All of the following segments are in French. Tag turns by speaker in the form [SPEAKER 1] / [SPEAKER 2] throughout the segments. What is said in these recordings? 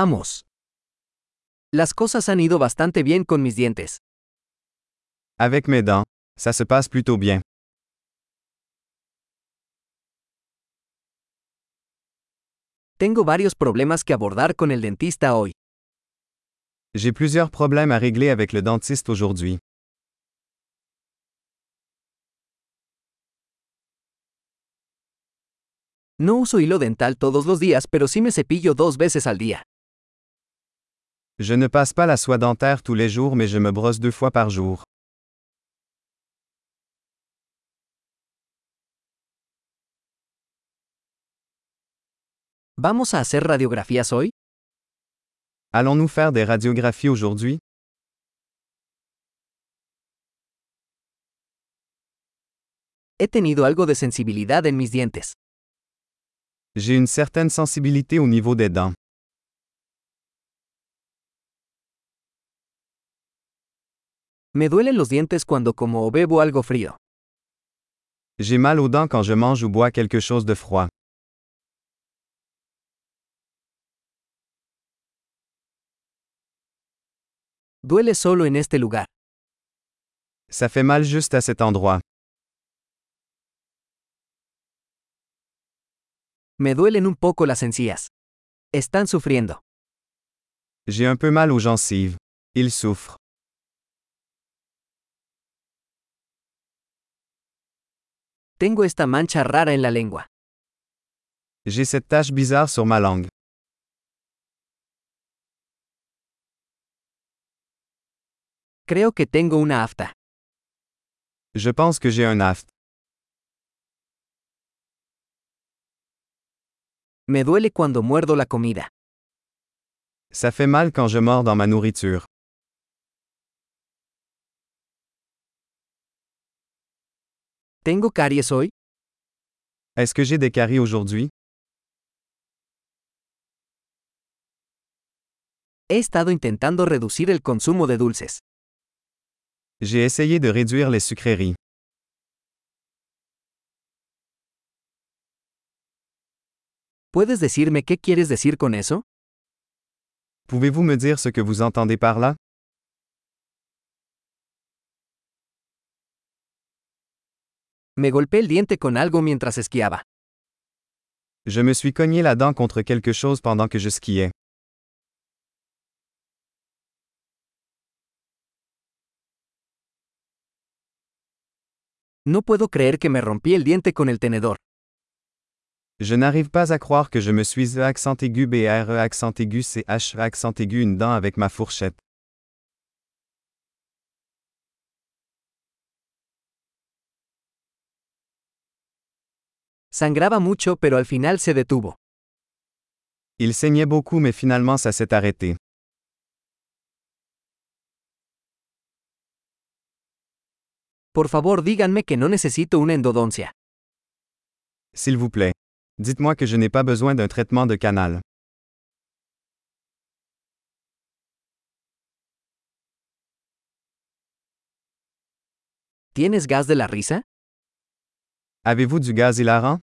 [SPEAKER 1] Vamos. Las cosas han ido bastante bien con mis dientes.
[SPEAKER 2] Avec mes dents, ça se passe plutôt bien.
[SPEAKER 1] Tengo varios problemas que abordar con el dentista hoy.
[SPEAKER 2] J'ai plusieurs problèmes à régler avec le dentiste aujourd'hui.
[SPEAKER 1] No uso hilo dental todos los días, pero sí me cepillo dos veces al día.
[SPEAKER 2] Je ne passe pas la soie dentaire tous les jours, mais je me brosse deux fois par jour.
[SPEAKER 1] ¿Vamos a hacer radiografías hoy?
[SPEAKER 2] Allons-nous faire des radiographies aujourd'hui?
[SPEAKER 1] He tenido algo de sensibilidad en mis dientes.
[SPEAKER 2] J'ai une certaine sensibilité au niveau des dents.
[SPEAKER 1] Me duelen los dientes cuando como o bebo algo frío.
[SPEAKER 2] J'ai mal aux dents quand je mange ou bois quelque chose de froid.
[SPEAKER 1] Duele solo en este lugar.
[SPEAKER 2] Ça fait mal juste à cet endroit.
[SPEAKER 1] Me duelen un poco las encías. Están sufriendo.
[SPEAKER 2] J'ai un peu mal aux gencives. Ils souffrent.
[SPEAKER 1] Tengo esta mancha rara en la lengua.
[SPEAKER 2] J'ai cette tache bizarre sur ma langue.
[SPEAKER 1] Creo que tengo una afta.
[SPEAKER 2] Je pense que j'ai un aft.
[SPEAKER 1] Me duele cuando muerdo la comida.
[SPEAKER 2] Ça fait mal quand je mords dans ma nourriture.
[SPEAKER 1] ¿Tengo caries hoy?
[SPEAKER 2] Est-ce que j'ai des caries aujourd'hui?
[SPEAKER 1] He estado intentando reducir el consumo de dulces.
[SPEAKER 2] J'ai essayé de réduire les sucreries.
[SPEAKER 1] ¿Puedes decirme qué quieres decir con eso?
[SPEAKER 2] Pouvez-vous me dire ce que vous entendez par là?
[SPEAKER 1] Me golpeé el diente con algo mientras esquiaba.
[SPEAKER 2] Je me suis cogné la dent contre quelque chose pendant que je skiais.
[SPEAKER 1] No puedo creer que me rompí el diente con el tenedor.
[SPEAKER 2] Je n'arrive pas à croire que je me suis E accent aigu BRE E accent aigu CH E accent aigu une dent avec ma fourchette.
[SPEAKER 1] Sangraba mucho, pero al final se detuvo.
[SPEAKER 2] Il saignait beaucoup mais finalement ça s'est arrêté.
[SPEAKER 1] Por favor, díganme que no necesito una endodoncia.
[SPEAKER 2] S'il vous plaît. Dites-moi que je n'ai pas besoin d'un traitement de canal.
[SPEAKER 1] ¿Tienes gas de la risa?
[SPEAKER 2] Avez-vous du gaz hilarant?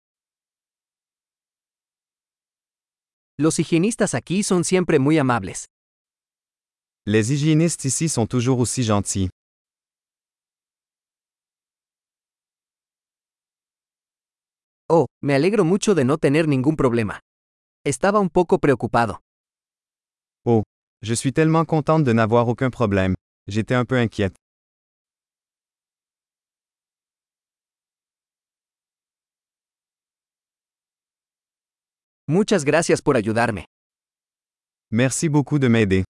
[SPEAKER 1] Los higienistas aquí son siempre muy amables.
[SPEAKER 2] Les hygiénistes ici sont toujours aussi gentils.
[SPEAKER 1] Oh, me alegro mucho de no tener ningún problema. Estaba un poco preocupado.
[SPEAKER 2] Oh, je suis tellement contente de n'avoir aucun problème. J'étais un peu inquiète.
[SPEAKER 1] Muchas gracias por ayudarme.
[SPEAKER 2] Merci beaucoup de m'aider.